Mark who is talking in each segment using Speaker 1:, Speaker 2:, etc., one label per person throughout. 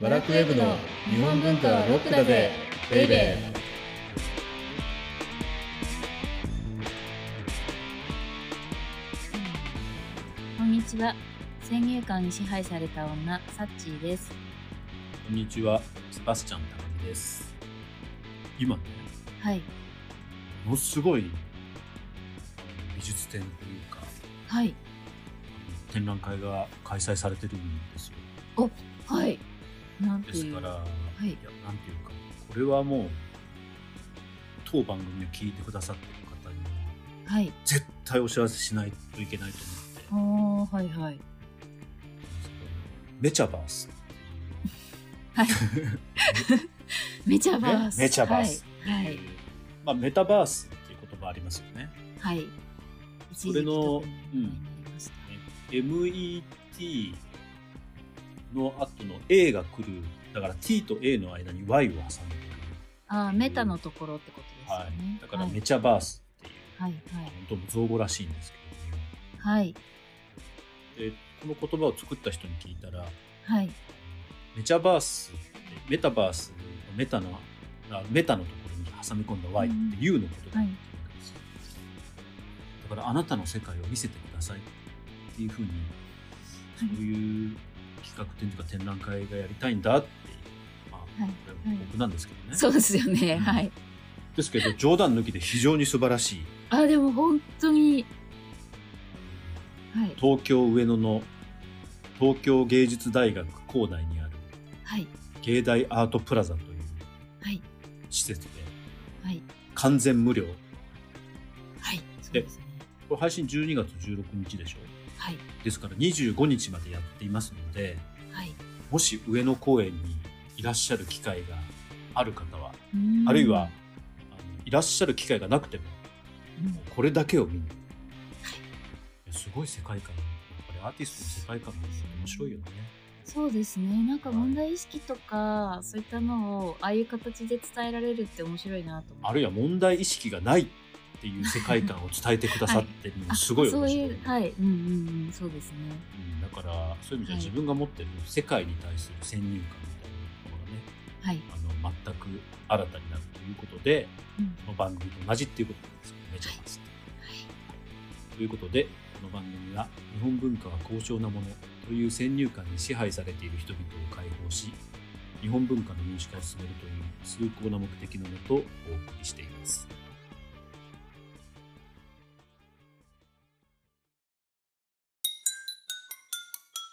Speaker 1: バラクウェブの日本文化はロックだぜベイベー
Speaker 2: こんにちは。先入観に支配された女、サッチーです。
Speaker 3: こんにちは、スパスチャン高木です。今ね、
Speaker 2: はい。
Speaker 3: ものすごい美術展というか、
Speaker 2: はい。
Speaker 3: 展覧会が開催されてるんですよ。
Speaker 2: はい。なんて
Speaker 3: で
Speaker 2: いう。
Speaker 3: すから、
Speaker 2: い
Speaker 3: いや、なんていうか、これはもう、当番組を聞いてくださってる方には、
Speaker 2: はい。
Speaker 3: 絶対お知らせしないといけないと思っ
Speaker 2: あー
Speaker 3: て、
Speaker 2: はいはい。
Speaker 3: メチャバース。
Speaker 2: メチャバース。
Speaker 3: ねメチャバース。
Speaker 2: はい。は
Speaker 3: え
Speaker 2: い
Speaker 3: ー。まあ、メタバースっていう言葉ありますよね。
Speaker 2: はい。
Speaker 3: そ
Speaker 2: 一時期
Speaker 3: れの
Speaker 2: 特に
Speaker 3: うん
Speaker 2: なりました
Speaker 3: MET の後の A が来るだから T と A の間に Y を挟んで
Speaker 2: あーメタのところってことです
Speaker 3: くる、は
Speaker 2: よね
Speaker 3: い、。だから
Speaker 2: はい
Speaker 3: メチャバースっていう、
Speaker 2: はい
Speaker 3: 本当造語らしいんです
Speaker 2: はいはい
Speaker 3: けど、ね、でこの言葉を作った人に聞いたら
Speaker 2: はい
Speaker 3: メチャバースってメタバースのメタのあメタのところに挟み込んだ Y っていうのことだって言うんですよ、だからあなたの世界を見せてくださいっていうふうにそういう企画展というか展覧会がやりたいんだっていう、まあ、
Speaker 2: はい
Speaker 3: これは僕なんですけどね、
Speaker 2: そうですよね。
Speaker 3: うん
Speaker 2: はい。
Speaker 3: ですけど冗談抜きで非常に素晴らしい
Speaker 2: あーでも本当にはい
Speaker 3: 東京上野の東京芸術大学構内にある
Speaker 2: はい
Speaker 3: 芸大アートプラザという
Speaker 2: はい
Speaker 3: 施設で
Speaker 2: はい
Speaker 3: 完全無料こ
Speaker 2: はい。そうですね。
Speaker 3: れ配信12月16日でしょ
Speaker 2: はい
Speaker 3: ですから25日までやっていますので
Speaker 2: はい。
Speaker 3: もし上野公園にいらっしゃる機会がある方は、
Speaker 2: うーん
Speaker 3: あるいは、あのいらっしゃる機会がなくても
Speaker 2: うん
Speaker 3: もうこれだけを見に、いやすごい世界観やっぱりアーティストの世界観も面白いよね
Speaker 2: そうですねなんか問題意識とかそういったのをああいう形で伝えられるって面白いなと思
Speaker 3: あ
Speaker 2: って
Speaker 3: るいは問題意識がないっていう世界観を伝えてくださってるのもすごい
Speaker 2: そ
Speaker 3: 面
Speaker 2: う
Speaker 3: 白い,、
Speaker 2: いうはいうんうんうんそうですね
Speaker 3: うんだからそういう意味
Speaker 2: は
Speaker 3: じゃ
Speaker 2: い
Speaker 3: 自分が持ってる世界に対する先入観みたいなところね
Speaker 2: はい
Speaker 3: あの全く新たになるということで、
Speaker 2: うん
Speaker 3: この番組と同じっていうことなんですよねめちゃくちゃということでこの番組は日本文化は高尚なものという先入観に支配されている人々を解放し日本文化の民主化を進めるという崇高な目的のもとお送りしています。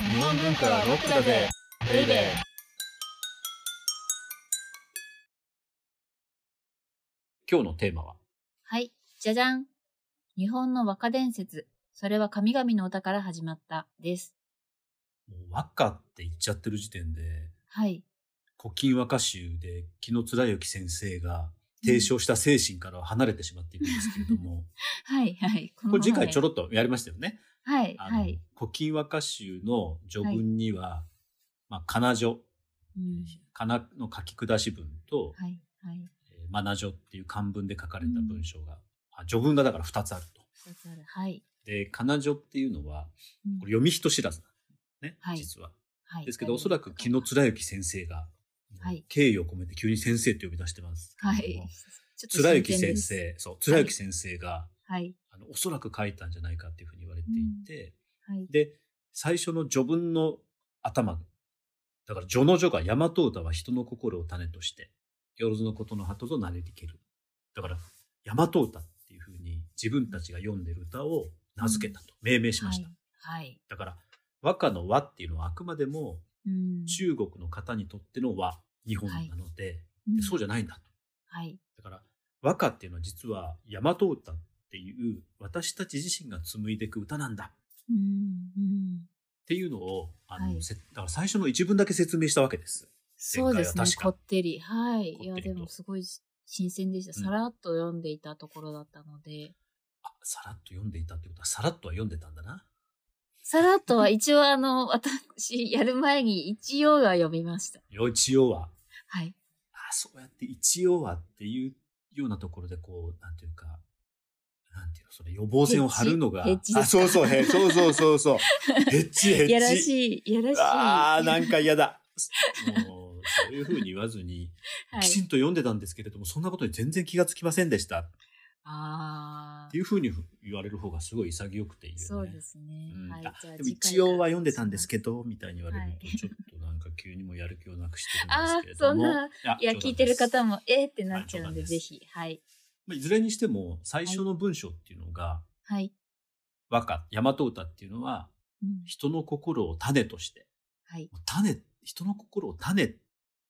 Speaker 1: 日本文化はロックだぜベイベ
Speaker 3: 今日のテーマは
Speaker 2: はいじゃじゃん日本の和歌伝説それは神々のお歌から始まったです
Speaker 3: もう和歌って言っちゃってる時点で
Speaker 2: はい
Speaker 3: 古今和歌集で紀野貫之先生が提唱した精神からは離れてしまっているんですけれども、
Speaker 2: はいはいこ
Speaker 3: これ次回ちょ
Speaker 2: ろ
Speaker 3: ろっとやりましたよね。
Speaker 2: はい
Speaker 3: あの
Speaker 2: はい、
Speaker 3: 古今和歌集の序文には、まあ、かな序、
Speaker 2: うん
Speaker 3: かなの書き下し文と、
Speaker 2: はいはい
Speaker 3: えーまな序っていう漢文で書かれた文章が、あ序文がだから2つあると。
Speaker 2: 二つあるはい、
Speaker 3: で、かな序っていうのは、
Speaker 2: うん
Speaker 3: これ読み人知らずなんね、
Speaker 2: はい
Speaker 3: 実は。
Speaker 2: はい
Speaker 3: ですけど、おそらく紀野貫之先生が、
Speaker 2: はい
Speaker 3: 敬意を込めて急に先生って呼び出してますけれ
Speaker 2: は
Speaker 3: ども。
Speaker 2: いちょっと
Speaker 3: 貫之
Speaker 2: 真剣
Speaker 3: 先
Speaker 2: です
Speaker 3: 生、そう、貫之先生が、
Speaker 2: はい
Speaker 3: あの、おそらく書いたんじゃないかっていうふうに言われていて、
Speaker 2: はい
Speaker 3: で、最初の序文の頭、だから序の序が大和歌は人の心を種として、よろずのことの鳩となれりける。だから、大和歌っていうふうに自分たちが読んでる歌を名付けたと、命名しました。
Speaker 2: はい、はい
Speaker 3: だから、和歌の和っていうのはあくまでも
Speaker 2: うん
Speaker 3: 中国の方にとっての和、日本なので、でそう
Speaker 2: じ
Speaker 3: じゃないんだと。
Speaker 2: ゃはい
Speaker 3: だから和歌っていうのは実は大和歌っていう私たち自身が紡いでいく歌なんだ
Speaker 2: うんうん
Speaker 3: っていうのをあの、
Speaker 2: はい
Speaker 3: せだから最初の一文だけ説明したわけです。
Speaker 2: そうですね
Speaker 3: 前回は確、か
Speaker 2: こってり。はい。
Speaker 3: こ
Speaker 2: い
Speaker 3: ってり
Speaker 2: や、で
Speaker 3: と
Speaker 2: もすごい新鮮でした。
Speaker 3: うん
Speaker 2: さらっと読んでいたところだったので、
Speaker 3: あさらっと読んでいたってことはさらっとは読んでたんだな。
Speaker 2: さらっとは一応、あの、私、やる前に一応は読みました。
Speaker 3: 一応は
Speaker 2: はい。
Speaker 3: あそうやって一応はっていうようなところでこうなんていうかなんていうのそれ予防線を張るのが
Speaker 2: ヘッジヘッジですか
Speaker 3: あ そうそうへそうそうそうそうヘッジヘッジ
Speaker 2: やらしい、やらしい。
Speaker 3: あーなんか嫌だもうそういうふうに言わずに、
Speaker 2: は
Speaker 3: きち
Speaker 2: い。
Speaker 3: んと読んでたんですけれども、そんなことに全然気がつきませんでしたっ
Speaker 2: ああ
Speaker 3: て。いうふうに言われる方がすごい潔くていいよね。
Speaker 2: そうですね
Speaker 3: う。ん
Speaker 2: はい
Speaker 3: あ。
Speaker 2: じゃあ
Speaker 3: でも一応は読んでたんです
Speaker 2: ど。
Speaker 3: けど、みたいに言われる
Speaker 2: は
Speaker 3: と、ちょっとなんか急にもやる気をなくしてるんですけ
Speaker 2: あ
Speaker 3: れ
Speaker 2: ーそ
Speaker 3: ど
Speaker 2: ん
Speaker 3: も。
Speaker 2: な、いや、
Speaker 3: 冗談です
Speaker 2: 聞いてる方も、えーってなっちゃうので、
Speaker 3: はい冗談です
Speaker 2: ぜひ。はい。
Speaker 3: まあいずれにしても、最初の文章っていうのが、
Speaker 2: はい。
Speaker 3: 和歌、大和歌っていうのは、
Speaker 2: うん
Speaker 3: 人の心を種として、
Speaker 2: はい。
Speaker 3: 種、人の心を種っ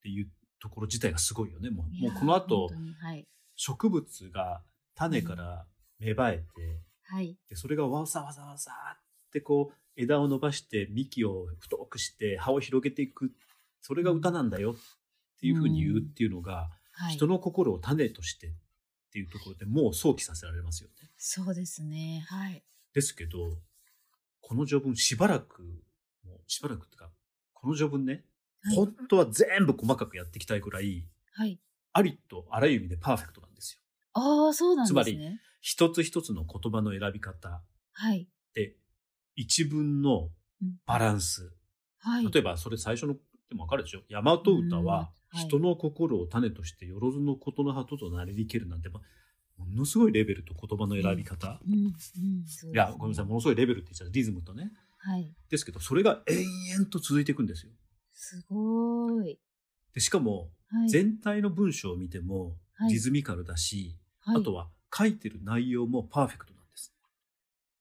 Speaker 3: ていうところ自体がすごいよね。も
Speaker 2: いうや
Speaker 3: もうこの
Speaker 2: 本
Speaker 3: 後
Speaker 2: 当、にはい。
Speaker 3: 植物が種から芽生えて、
Speaker 2: はい。
Speaker 3: でそれがわざわざわざってこう枝を伸ばして幹を太くして葉を広げていくそれが歌なんだよっていうふうに言うっていうのが、
Speaker 2: はい。
Speaker 3: 人の心を種としてっていうところでもう想起させられますよね。
Speaker 2: そうですね。はい。
Speaker 3: ですけどこの序文しばらくもうしばらくっていうかこの序文ね、
Speaker 2: はい
Speaker 3: 本当は全部細かくやっていきたいくらい
Speaker 2: はい。
Speaker 3: ありとあらゆる意味でパーフェクトなんですよ。
Speaker 2: ああ、そうなんですね。
Speaker 3: つま一つ一つの言葉の選び方
Speaker 2: はい。
Speaker 3: で一文の
Speaker 2: うん
Speaker 3: バランス、
Speaker 2: はい。
Speaker 3: 例えばそれ最初のでもわかるでしょ大和歌は
Speaker 2: うんはい
Speaker 3: 人の心を種としてよろずのことの葉ととなりにけるなんて、まあ、ものすごいレベルと言葉の選び方、
Speaker 2: うん、うん、そうですね
Speaker 3: いやごめんなさいものすごいレベルって言っちゃうリズムとね
Speaker 2: はい。
Speaker 3: ですけどそれが延々と続いていくんですよ
Speaker 2: すごーい。
Speaker 3: でしかも
Speaker 2: はい。
Speaker 3: 全体の文章を見ても
Speaker 2: はい
Speaker 3: リズミカルだし、
Speaker 2: はい、
Speaker 3: あとは書いてる内容もパーフェクトなんです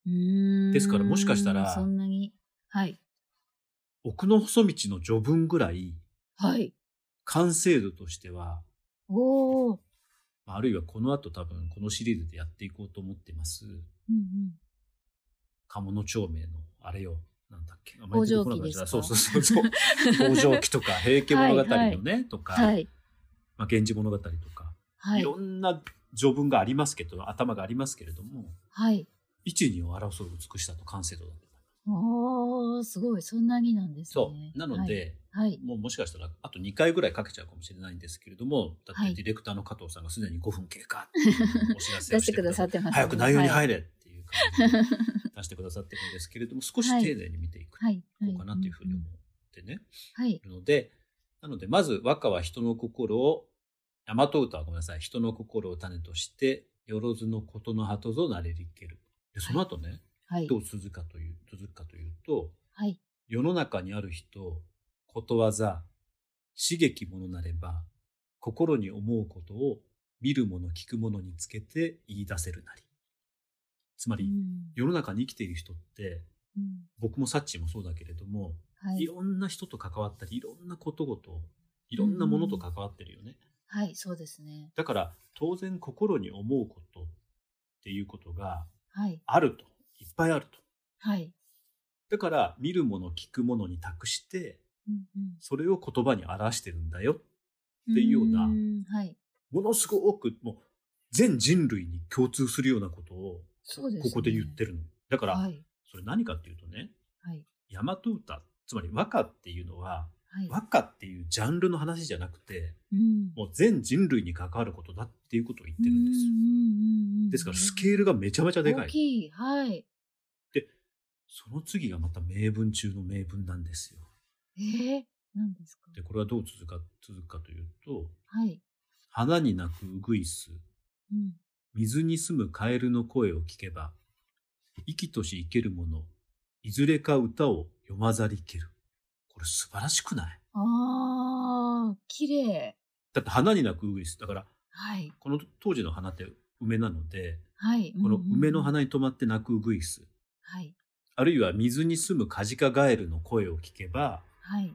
Speaker 2: うーん。
Speaker 3: ですからもしかしたら
Speaker 2: そんなに。はい。
Speaker 3: 奥の細道の序文ぐらい
Speaker 2: はい。
Speaker 3: 完成度としては
Speaker 2: おお。
Speaker 3: まああるいはこの後多分このシリーズでやっていこうと思ってます
Speaker 2: うんうん。
Speaker 3: 鴨の長明のあれよなんだっけ
Speaker 2: 北条記ですか
Speaker 3: そうそうそうそう 北条記とか平家物語のね、
Speaker 2: はい
Speaker 3: と か、
Speaker 2: はい。
Speaker 3: まあ、源氏物語とか、、
Speaker 2: はいい。
Speaker 3: ろんな序文がありますけど頭がありますけれども
Speaker 2: はい。
Speaker 3: 一二を争う美しさと完成度だと思います
Speaker 2: おお、すごい。そんなになんです
Speaker 3: そ
Speaker 2: ね。
Speaker 3: うなので、
Speaker 2: はい。はい。
Speaker 3: もうもしかしたらあと2回ぐらいかけちゃうかもしれないんですけれどもだっ
Speaker 2: は
Speaker 3: て
Speaker 2: い
Speaker 3: ディレクターの加藤さんがすでに5分経過っていうお知らせを
Speaker 2: 出して
Speaker 3: し
Speaker 2: て
Speaker 3: く
Speaker 2: く
Speaker 3: だ
Speaker 2: だ
Speaker 3: さ
Speaker 2: さ
Speaker 3: っ
Speaker 2: ってます、
Speaker 3: 早く内容に
Speaker 2: る。
Speaker 3: 入れっていう感じで出してくださってるんですけれども少し丁寧に見ていく
Speaker 2: はい。
Speaker 3: こうかなというふうに思
Speaker 2: ん
Speaker 3: ってね、
Speaker 2: はい。
Speaker 3: いるので、なので、まず和歌は人の心を、大和歌はごめんなさい、人の心を種として、よろずのことの葉とぞなれりける。で、その後ね、
Speaker 2: はい。
Speaker 3: どう続くかという、続くかというと、
Speaker 2: はい。
Speaker 3: 世の中にある人、ことわざ、刺激ものなれば、心に思うことを見るもの、聞くものにつけて言い出せるなり。つま
Speaker 2: う
Speaker 3: り、
Speaker 2: ん
Speaker 3: 世の中に生きている人って、
Speaker 2: うん
Speaker 3: 僕もサッチーもそうだけれども、
Speaker 2: はいい。
Speaker 3: ろんな人と関わったりいろんなことごといろんなものと関わってるよね、
Speaker 2: はい。そうですね。
Speaker 3: だから当然心に思うことっていうことが
Speaker 2: はい。
Speaker 3: あるといっぱいあると
Speaker 2: はい。
Speaker 3: だから見るもの聞くものに託して
Speaker 2: うんうん
Speaker 3: それを言葉に表してるんだよっていうような
Speaker 2: ーんはい。
Speaker 3: ものすごくもう全人類に共通するようなことを
Speaker 2: そうですね
Speaker 3: ここで言ってるの、だから、
Speaker 2: はい。
Speaker 3: それ何かっていうとね
Speaker 2: はい。
Speaker 3: 大和歌つまり和歌っていうのは
Speaker 2: はい。
Speaker 3: 和歌っていうジャンルの話じゃなくて
Speaker 2: うん
Speaker 3: もう全人類に関わることだっていうことを言ってるんですよ
Speaker 2: う。んうんうんうん
Speaker 3: ですからスケールがめちゃめちゃでか
Speaker 2: 大
Speaker 3: い。
Speaker 2: きい。はい。
Speaker 3: その次がまた名文中の名文なんですよ。
Speaker 2: えー、何ですか
Speaker 3: で、これはどう続くか、続くかというと、
Speaker 2: はい。
Speaker 3: 花に鳴くウグイス、
Speaker 2: うん
Speaker 3: 水に住むカエルの声を聞けば、生きとし生けるもの、いずれか歌を読まざりける。これ素晴らしくない
Speaker 2: あー、綺麗。
Speaker 3: だって花に鳴くウグイス、だから、
Speaker 2: はい。
Speaker 3: この当時の花って梅なので、
Speaker 2: はい。
Speaker 3: この
Speaker 2: うんうん
Speaker 3: 梅の。花に止まって鳴くウグイス、
Speaker 2: はい。
Speaker 3: あるいは水に住むカジカガエルの声を聞けば、
Speaker 2: はい。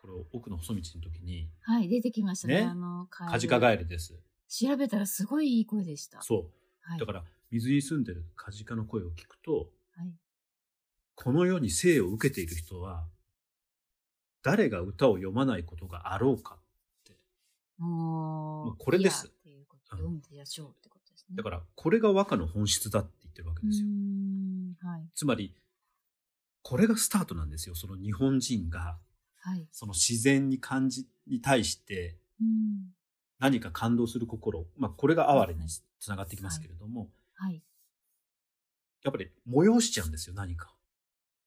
Speaker 3: これを奥の細道の時に、
Speaker 2: はい。出てきましたね。
Speaker 3: ね
Speaker 2: あの、カエル
Speaker 3: カジカガエルです。
Speaker 2: 調べたらすごいいい声でした。
Speaker 3: そ
Speaker 2: は
Speaker 3: う。
Speaker 2: い。
Speaker 3: だから、水に住んでるカジカの声を聞くと、
Speaker 2: はい。
Speaker 3: この世に生を受けている人は、誰が歌を読まないことがあろうか。
Speaker 2: も
Speaker 3: まあ
Speaker 2: う、
Speaker 3: これです
Speaker 2: いやっていうこと読んでやしょうってことですね。
Speaker 3: だからら、これが和歌の本質だって言ってるわけですよ。
Speaker 2: はい。
Speaker 3: つまり、これがスタートなんですよ。その日本人が、
Speaker 2: はい。
Speaker 3: その自然に感じ、に対して
Speaker 2: うん。
Speaker 3: 何か感動する心、まあ、これが哀れにつながってきますけれども、
Speaker 2: はい。
Speaker 3: やっぱり催しちゃうんですよ、何かを。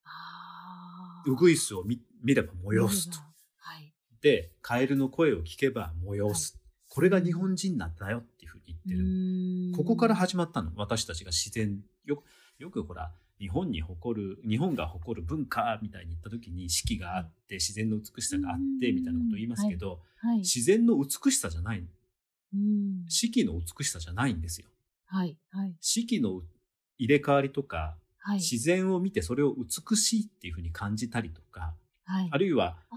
Speaker 2: ああ。
Speaker 3: ウグイスを見見れば催すと。
Speaker 2: はい。
Speaker 3: ってカエルの声を聞けば催す、これが日本人なんだよっていうふうに言ってる、ここから始まったの私たちが自然よくよくほら日本に誇る日本が誇る文化みたいに言った時に四季があって自然の美しさがあって
Speaker 2: うん
Speaker 3: みたいなことを言いますけど、
Speaker 2: はい。
Speaker 3: 自然の美しさじゃない
Speaker 2: うん
Speaker 3: 四季の美しさじゃないんですよ
Speaker 2: はい。はい。
Speaker 3: 四季の入れ替わりとか
Speaker 2: はい。
Speaker 3: 自然を見てそれを美しいっていうふうに感じたりとか、
Speaker 2: はい
Speaker 3: あ。るいは
Speaker 2: あ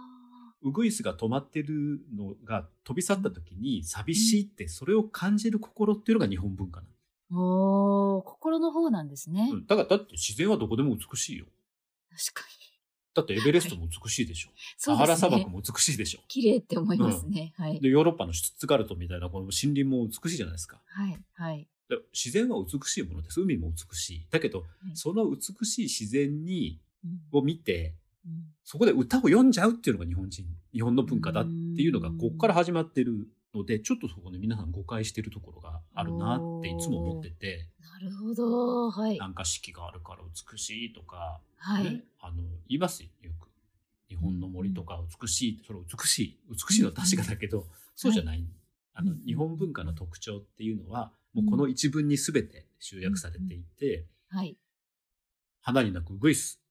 Speaker 3: ウグイスが止まってるのが飛び去った時に寂しいってそれを感じる心っていうのが日本文化なんだ、
Speaker 2: ーおー、心の方なんですね。
Speaker 3: うんだからだって自然はどこでも美しいよ
Speaker 2: 確かに。
Speaker 3: だってエベレストも美しいでしょ、
Speaker 2: そ
Speaker 3: サハ
Speaker 2: うで
Speaker 3: ラ
Speaker 2: す
Speaker 3: 砂
Speaker 2: ね
Speaker 3: 漠。も美しいでしょ
Speaker 2: 綺麗って思いますね。はい。
Speaker 3: でヨーロッパのシュツッツガルトみたいなこの森林も美しいじゃないですか
Speaker 2: はい。はい。
Speaker 3: で自然は美しいものです海も美しいだけど
Speaker 2: い
Speaker 3: その美しい自然に
Speaker 2: うん
Speaker 3: を見て
Speaker 2: うん
Speaker 3: そこで歌を読んじゃうっていうのが日本人日本の文化だっていうのがここから始まってるのでちょっとそこで皆さん誤解してるところがあるなっていつも思ってて
Speaker 2: なるほど。はい
Speaker 3: な。んか四季があるから美しいとか、
Speaker 2: はい
Speaker 3: ね。あの言いますよよく日本の森とか美しいそれ美しい美しいのは確かだけどそうじゃない、あの日本文化の特徴っていうのはもうこの一文に全て集約されていて、
Speaker 2: はい。
Speaker 3: 花に鳴くウグイス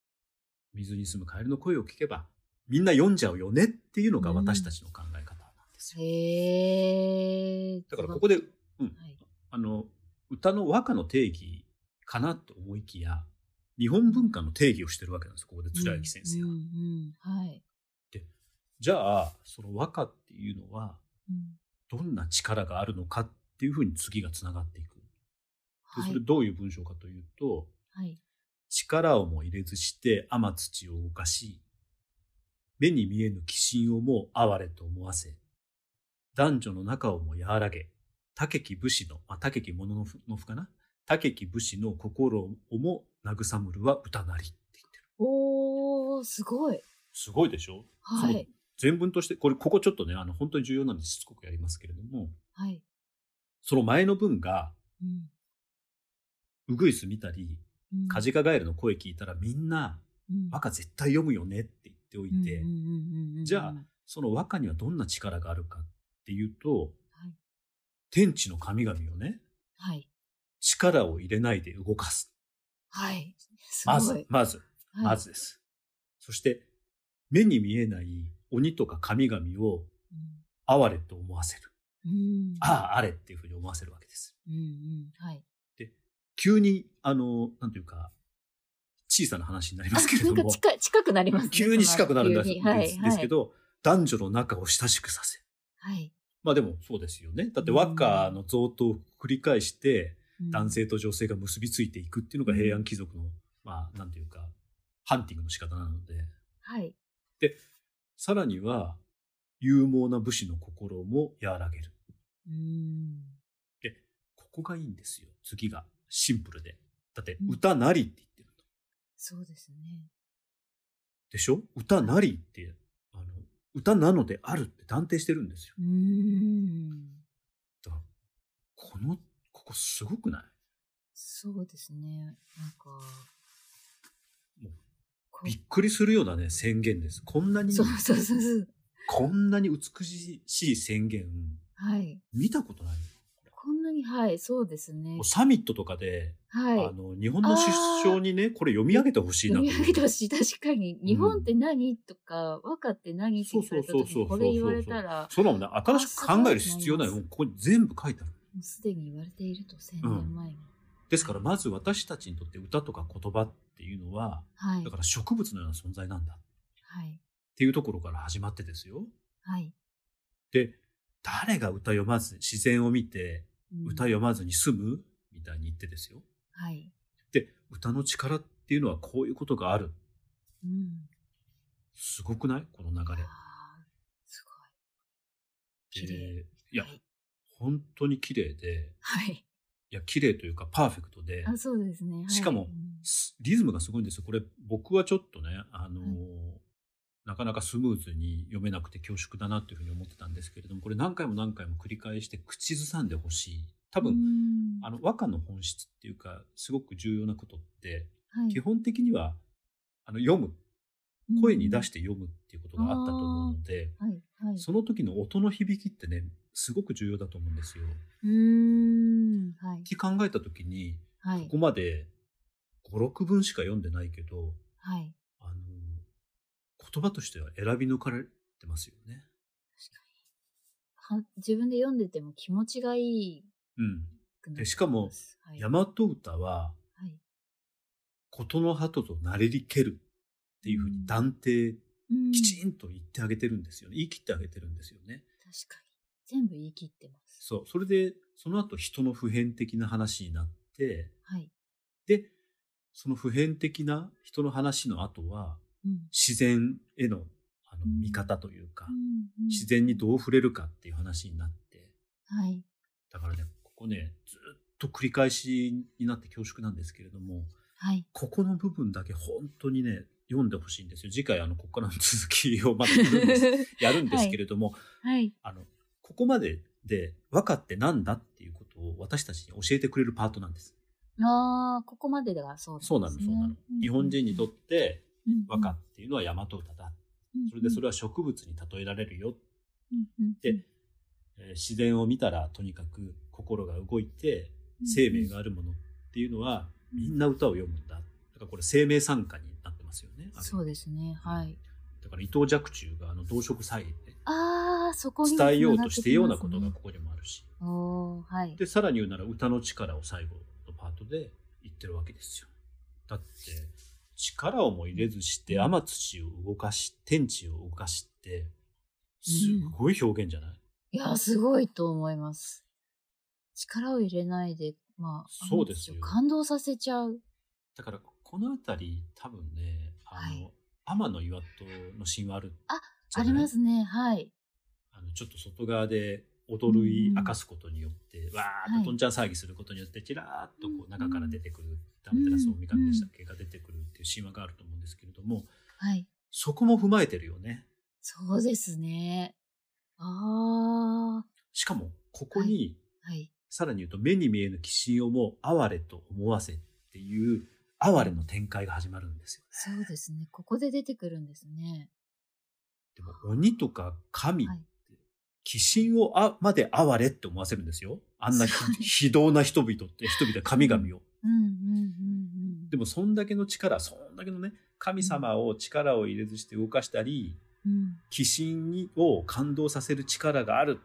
Speaker 3: 水に住むカエルの声を聞けばみんな読んじゃうよねっていうのが私たちの考え方なんですよ、
Speaker 2: へえ。
Speaker 3: だからここで、うん、
Speaker 2: はい。
Speaker 3: あの歌の和歌の定義かなと思いきや日本文化の定義をしてるわけなんですここで貫之先生は、
Speaker 2: うんうんうんはい。
Speaker 3: じゃあその和歌っていうのは
Speaker 2: うん
Speaker 3: どんな力があるのかっていうふうに次がつながっていくで
Speaker 2: は
Speaker 3: そ
Speaker 2: い
Speaker 3: れどういう文章かというと、
Speaker 2: はい。
Speaker 3: 力をも入れずして天土を動かし、目に見えぬ鬼神をも哀れと思わせ、男女の仲をも和らげ、竹木武士の、まあ、竹木物のふのふかな竹木武士の心をも慰むるは歌なりって言ってる。
Speaker 2: おー、すごい。
Speaker 3: すごいでしょ
Speaker 2: は
Speaker 3: そう
Speaker 2: い。
Speaker 3: 全文として、これ、ここちょっとね、あの、本当に重要なのでしつこくやりますけれども、
Speaker 2: はい。
Speaker 3: その前の文が、
Speaker 2: うん
Speaker 3: ウグイス見たり、
Speaker 2: うん
Speaker 3: カジカガエルの声聞いたらみんな、
Speaker 2: うん
Speaker 3: 和歌絶対読むよねって言っておいて、
Speaker 2: うんうんうんうんうん
Speaker 3: じゃあその和歌にはどんな力があるかっていうと、
Speaker 2: はい
Speaker 3: 天地の神々をね、
Speaker 2: はい。
Speaker 3: 力を入れないで動かす。
Speaker 2: はい。すごい。
Speaker 3: まず、まず、
Speaker 2: はい
Speaker 3: まずです。そして、目に見えない鬼とか神々を哀れと思わせる。
Speaker 2: うん。
Speaker 3: ああ、あれっていうふうに思わせるわけです。
Speaker 2: うんうん。 はい。
Speaker 3: 急に、あの、なんというか、小さな話になりますけれ
Speaker 2: な
Speaker 3: ど
Speaker 2: んか
Speaker 3: も、
Speaker 2: 近い近くなりますね。
Speaker 3: 急に近くなるんだ
Speaker 2: 急
Speaker 3: で
Speaker 2: に
Speaker 3: す,、
Speaker 2: はい。
Speaker 3: ですけど、男女の仲を親しくさせ。
Speaker 2: はい。はい。
Speaker 3: まあでもそうですよね。だって和歌の贈答を繰り返して、
Speaker 2: うん
Speaker 3: 男。性と女性が結びついていくっていうのが平安貴族の、まあ、なんていうか、ハンティングの仕方なので、
Speaker 2: はい。
Speaker 3: さらには、勇猛な武士の心も和らげる。
Speaker 2: うん。
Speaker 3: ここがいいんですよ。次が、シンプルで。だって
Speaker 2: う、ん
Speaker 3: 歌なりって言ってると。
Speaker 2: そうですね。
Speaker 3: でしょ歌なりって、あの、歌なのであるって断定してるんですよ。
Speaker 2: うん。
Speaker 3: だからこの、ここすごくない
Speaker 2: そうですね。なんか。
Speaker 3: もう
Speaker 2: こ
Speaker 3: びっくりするようなね、宣言です。こんなに
Speaker 2: そう、そうそうそう。
Speaker 3: こんなに美しい宣言、
Speaker 2: はい。
Speaker 3: 見たことないよ。
Speaker 2: こんなに、はい、そうですね
Speaker 3: もう。サミットとかで、
Speaker 2: はい。
Speaker 3: あの日本の首相にねこれ読み上げてほしいな
Speaker 2: 読み
Speaker 3: と思う
Speaker 2: 上げてほしい。確かに。日本って何、とか、和歌って何って言われた
Speaker 3: そうそう
Speaker 2: 時
Speaker 3: そうそ
Speaker 2: にこ
Speaker 3: う
Speaker 2: れ言われたら、
Speaker 3: そうなのね新しく考える必要ないもうここに全部書いてある
Speaker 2: もうすでに言われていると1000年前に。
Speaker 3: ですからまず私たちにとって歌とか言葉っていうのは
Speaker 2: はい
Speaker 3: だ。から植物のような存在なんだっ
Speaker 2: はい。
Speaker 3: ていうところから始まってですよ
Speaker 2: はい。
Speaker 3: で誰が歌読まず自然を見て
Speaker 2: うん
Speaker 3: 歌読まずに済むみたいに言ってですよ
Speaker 2: はい。
Speaker 3: で歌の力っていうのはこういうことがある
Speaker 2: うん。
Speaker 3: すごくないこの流れ
Speaker 2: あーすごい。綺麗。
Speaker 3: でいや
Speaker 2: はい
Speaker 3: 本当に綺麗で
Speaker 2: はい。
Speaker 3: いや綺麗というかパーフェクトで
Speaker 2: あ、そうですね。はい
Speaker 3: しかも
Speaker 2: うん
Speaker 3: すリズムがすごいんですよ。これ僕はちょっとね、あ
Speaker 2: は
Speaker 3: のー
Speaker 2: い
Speaker 3: なかなかスムーズに読めなくて恐縮だなっていうふうに思ってたんですけれども、これ何回も何回も繰り返して口ずさんでほしい。多
Speaker 2: う
Speaker 3: 分、
Speaker 2: ん
Speaker 3: あの和歌の本質っていうか、すごく重要なことって、
Speaker 2: はい、
Speaker 3: 基本的にはあの読む声に出してて読むっていうことがあったと思うので、
Speaker 2: はいはい、
Speaker 3: その時の音の響きってね、すごく重要だと思うんですよ。
Speaker 2: うーんはい
Speaker 3: って考えた時に、
Speaker 2: は
Speaker 3: こ
Speaker 2: い
Speaker 3: こまで5、6文しか読んでないけど、
Speaker 2: はい
Speaker 3: あの、言葉としては選び抜かれてますよね。
Speaker 2: は自分で読んでても気持ちがいい
Speaker 3: うん。
Speaker 2: くな
Speaker 3: でしかも
Speaker 2: はい
Speaker 3: 大和歌は、
Speaker 2: はい
Speaker 3: ことの葉ととなれりけるっていうふうに断定、
Speaker 2: うん
Speaker 3: きちんと言ってあげてるんですよね。言い切ってあげてるんですよね。
Speaker 2: 確かに全部言い切ってます
Speaker 3: そう。それで、その後人の普遍的な話になって、
Speaker 2: はい、
Speaker 3: で、その普遍的な人の話の後は、
Speaker 2: うん
Speaker 3: 自然へのあの
Speaker 2: うん
Speaker 3: 見方というか、
Speaker 2: うんうん
Speaker 3: 自然にどう触れるかっていう話になって、
Speaker 2: はい
Speaker 3: だからね、ここね、ずっと繰り返しになって恐縮なんですけれども、
Speaker 2: はい
Speaker 3: ここの部分だけ本当にね、読んでほしいんですよ。次回、あの、ここからの続きをまたやるん ですやるんですけれども、
Speaker 2: はい
Speaker 3: あの、ここまでで分かってなんだっていうことを私たちに教えてくれるパートなんです。
Speaker 2: ああここまでがそう
Speaker 3: そうなの、そうなの。日本人にとって和歌っていうのは大和歌だ。それでそれ
Speaker 2: は
Speaker 3: は植物に例えられるよ。
Speaker 2: で
Speaker 3: でえー自然を見たらとにかく心が動いて生命があるものっていうのはみんな歌を読むんだ。だからこれ生命参加になってますよね。あれ
Speaker 2: そうですねはい
Speaker 3: だから伊藤若冲があの動植祭で
Speaker 2: ああそこに
Speaker 3: 伝えようとしてようなことがここにもあるし。
Speaker 2: おおーはい
Speaker 3: で、さらに言うなら歌の力を最後のパートで言ってるわけですよ。だって、力をも入れずして、天土を動かし、天地を動かしって、すごい表現じゃない、
Speaker 2: いやすごいと思います力を入れないでまあ
Speaker 3: そうですよ
Speaker 2: あれ感動させちゃう
Speaker 3: だから、このあたり、多分ね、あの、
Speaker 2: はい
Speaker 3: 天の岩戸の神話ある
Speaker 2: ああ
Speaker 3: じゃない
Speaker 2: りますねはい
Speaker 3: あのちょっと外側で踊る
Speaker 2: うん
Speaker 3: 明かすことによって、わーっ
Speaker 2: はい
Speaker 3: ととんちゃん騒ぎすることによってちらーっとこ
Speaker 2: う
Speaker 3: うん中から出てくる、ダムテラスオオミカミでしたっ
Speaker 2: う
Speaker 3: けが出てくるっていう神話があると思うんですけれども
Speaker 2: はい
Speaker 3: そこも踏まえてるよね
Speaker 2: そうですねああ
Speaker 3: しかもここに
Speaker 2: はい
Speaker 3: さらに言うと目に見えぬ鬼神をもう哀れと思わせっていう哀れの展開が始まるんですよ
Speaker 2: そうですねここで出てくるんですね
Speaker 3: でも鬼とか神、
Speaker 2: はい
Speaker 3: 鬼神をあまで哀れって思わせるんですよあん なひ
Speaker 2: すごい
Speaker 3: 非道な人々って人々神々を。
Speaker 2: うんうんうんうん
Speaker 3: でもそんだけの力、そんだけのね、神様を力を入れずして動かしたり、
Speaker 2: うん
Speaker 3: 鬼神を感動させる力がある。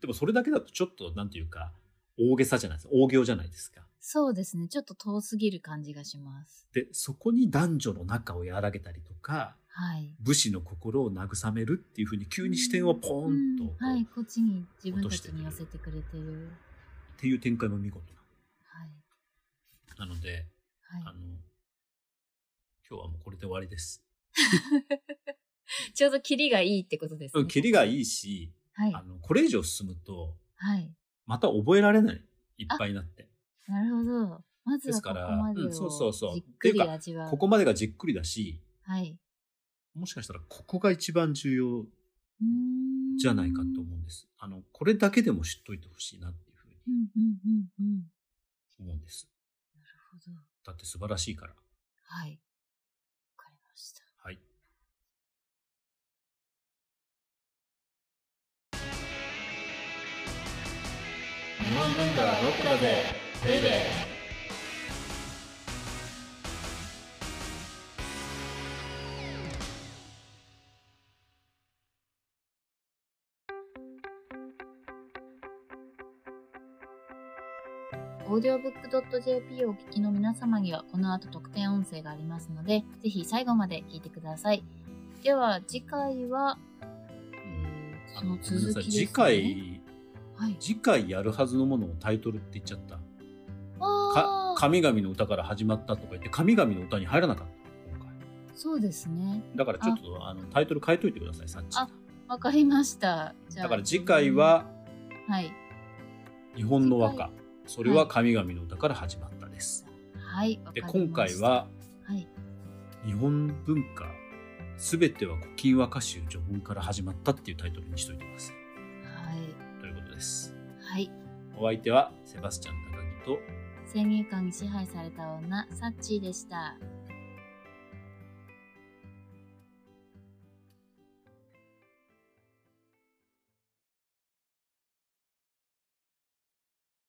Speaker 3: でもそれだけだとちょっと、なんていうか、大げさじゃないですか。大行じゃないですか。
Speaker 2: そうですね。ちょっと遠すぎる感じがします。
Speaker 3: で、そこに男女の仲を和らげたりとか、
Speaker 2: はい。
Speaker 3: 武士の心を慰めるっていうふうに急に視点をポーンと、
Speaker 2: うんはい、
Speaker 3: っ
Speaker 2: こっちに自分たちに寄せてくれてる。
Speaker 3: ていう展開も見事
Speaker 2: はい。
Speaker 3: な。なので、あ
Speaker 2: は
Speaker 3: の、今日はもうこれで終わりです。
Speaker 2: い。ちょうどキリがいいってことです
Speaker 3: う
Speaker 2: ね。
Speaker 3: ん、キリがいいし、
Speaker 2: はい
Speaker 3: あ。の、これ以上進むと、
Speaker 2: はい。
Speaker 3: また覚えられない。いっぱいになって。
Speaker 2: なるほど。まず
Speaker 3: で
Speaker 2: は
Speaker 3: す
Speaker 2: ここ
Speaker 3: から
Speaker 2: まで
Speaker 3: うんそうそ
Speaker 2: を
Speaker 3: うそう
Speaker 2: じっくり味わう。
Speaker 3: ここまでがじっくりだし、
Speaker 2: はい。
Speaker 3: もしかしたらここが一番重要
Speaker 2: うーん
Speaker 3: じゃないかと思うんです。あの、これだけでも知っといてほしいなっていうふうに
Speaker 2: うんうんうんうん。な
Speaker 3: 思うんです。
Speaker 2: るほど。
Speaker 3: だって素晴らしいから。
Speaker 2: はい。わかりました。
Speaker 3: はい。
Speaker 1: 日本文化はロックだぜベイベー
Speaker 2: オーディオブックドット JP をお聞きの皆様にはこの後特典音声がありますので、ぜひ最後まで聞いてください。では次回は、えー、
Speaker 3: あ
Speaker 2: その
Speaker 3: の、ごめんな
Speaker 2: 続
Speaker 3: さい。
Speaker 2: きで
Speaker 3: 次
Speaker 2: すね。
Speaker 3: 回、
Speaker 2: はい。
Speaker 3: 次回やるはずのものをタイトルって言っちゃった。か
Speaker 2: あ、あ、
Speaker 3: 神々の歌から始まったとか言って、神々の歌に入らなかった。今回。
Speaker 2: そうですね。
Speaker 3: だからちょっと、あの、タイトル変えといてください、さっき。
Speaker 2: あわかりました。じゃあ
Speaker 3: だから次回、は、
Speaker 2: はい。
Speaker 3: 日本の和
Speaker 2: 次
Speaker 3: 歌。それは神々の歌から始まったです。
Speaker 2: はい。わか
Speaker 3: で
Speaker 2: りました
Speaker 3: 今回、は
Speaker 2: はい。
Speaker 3: 日本文化すべては古今和歌集序文から始まったっていうタイトルにしといてます
Speaker 2: はい。
Speaker 3: ということです
Speaker 2: はい。
Speaker 3: お相手はセバスチャン高木と
Speaker 2: 先入観に支配された女、サッチーでした。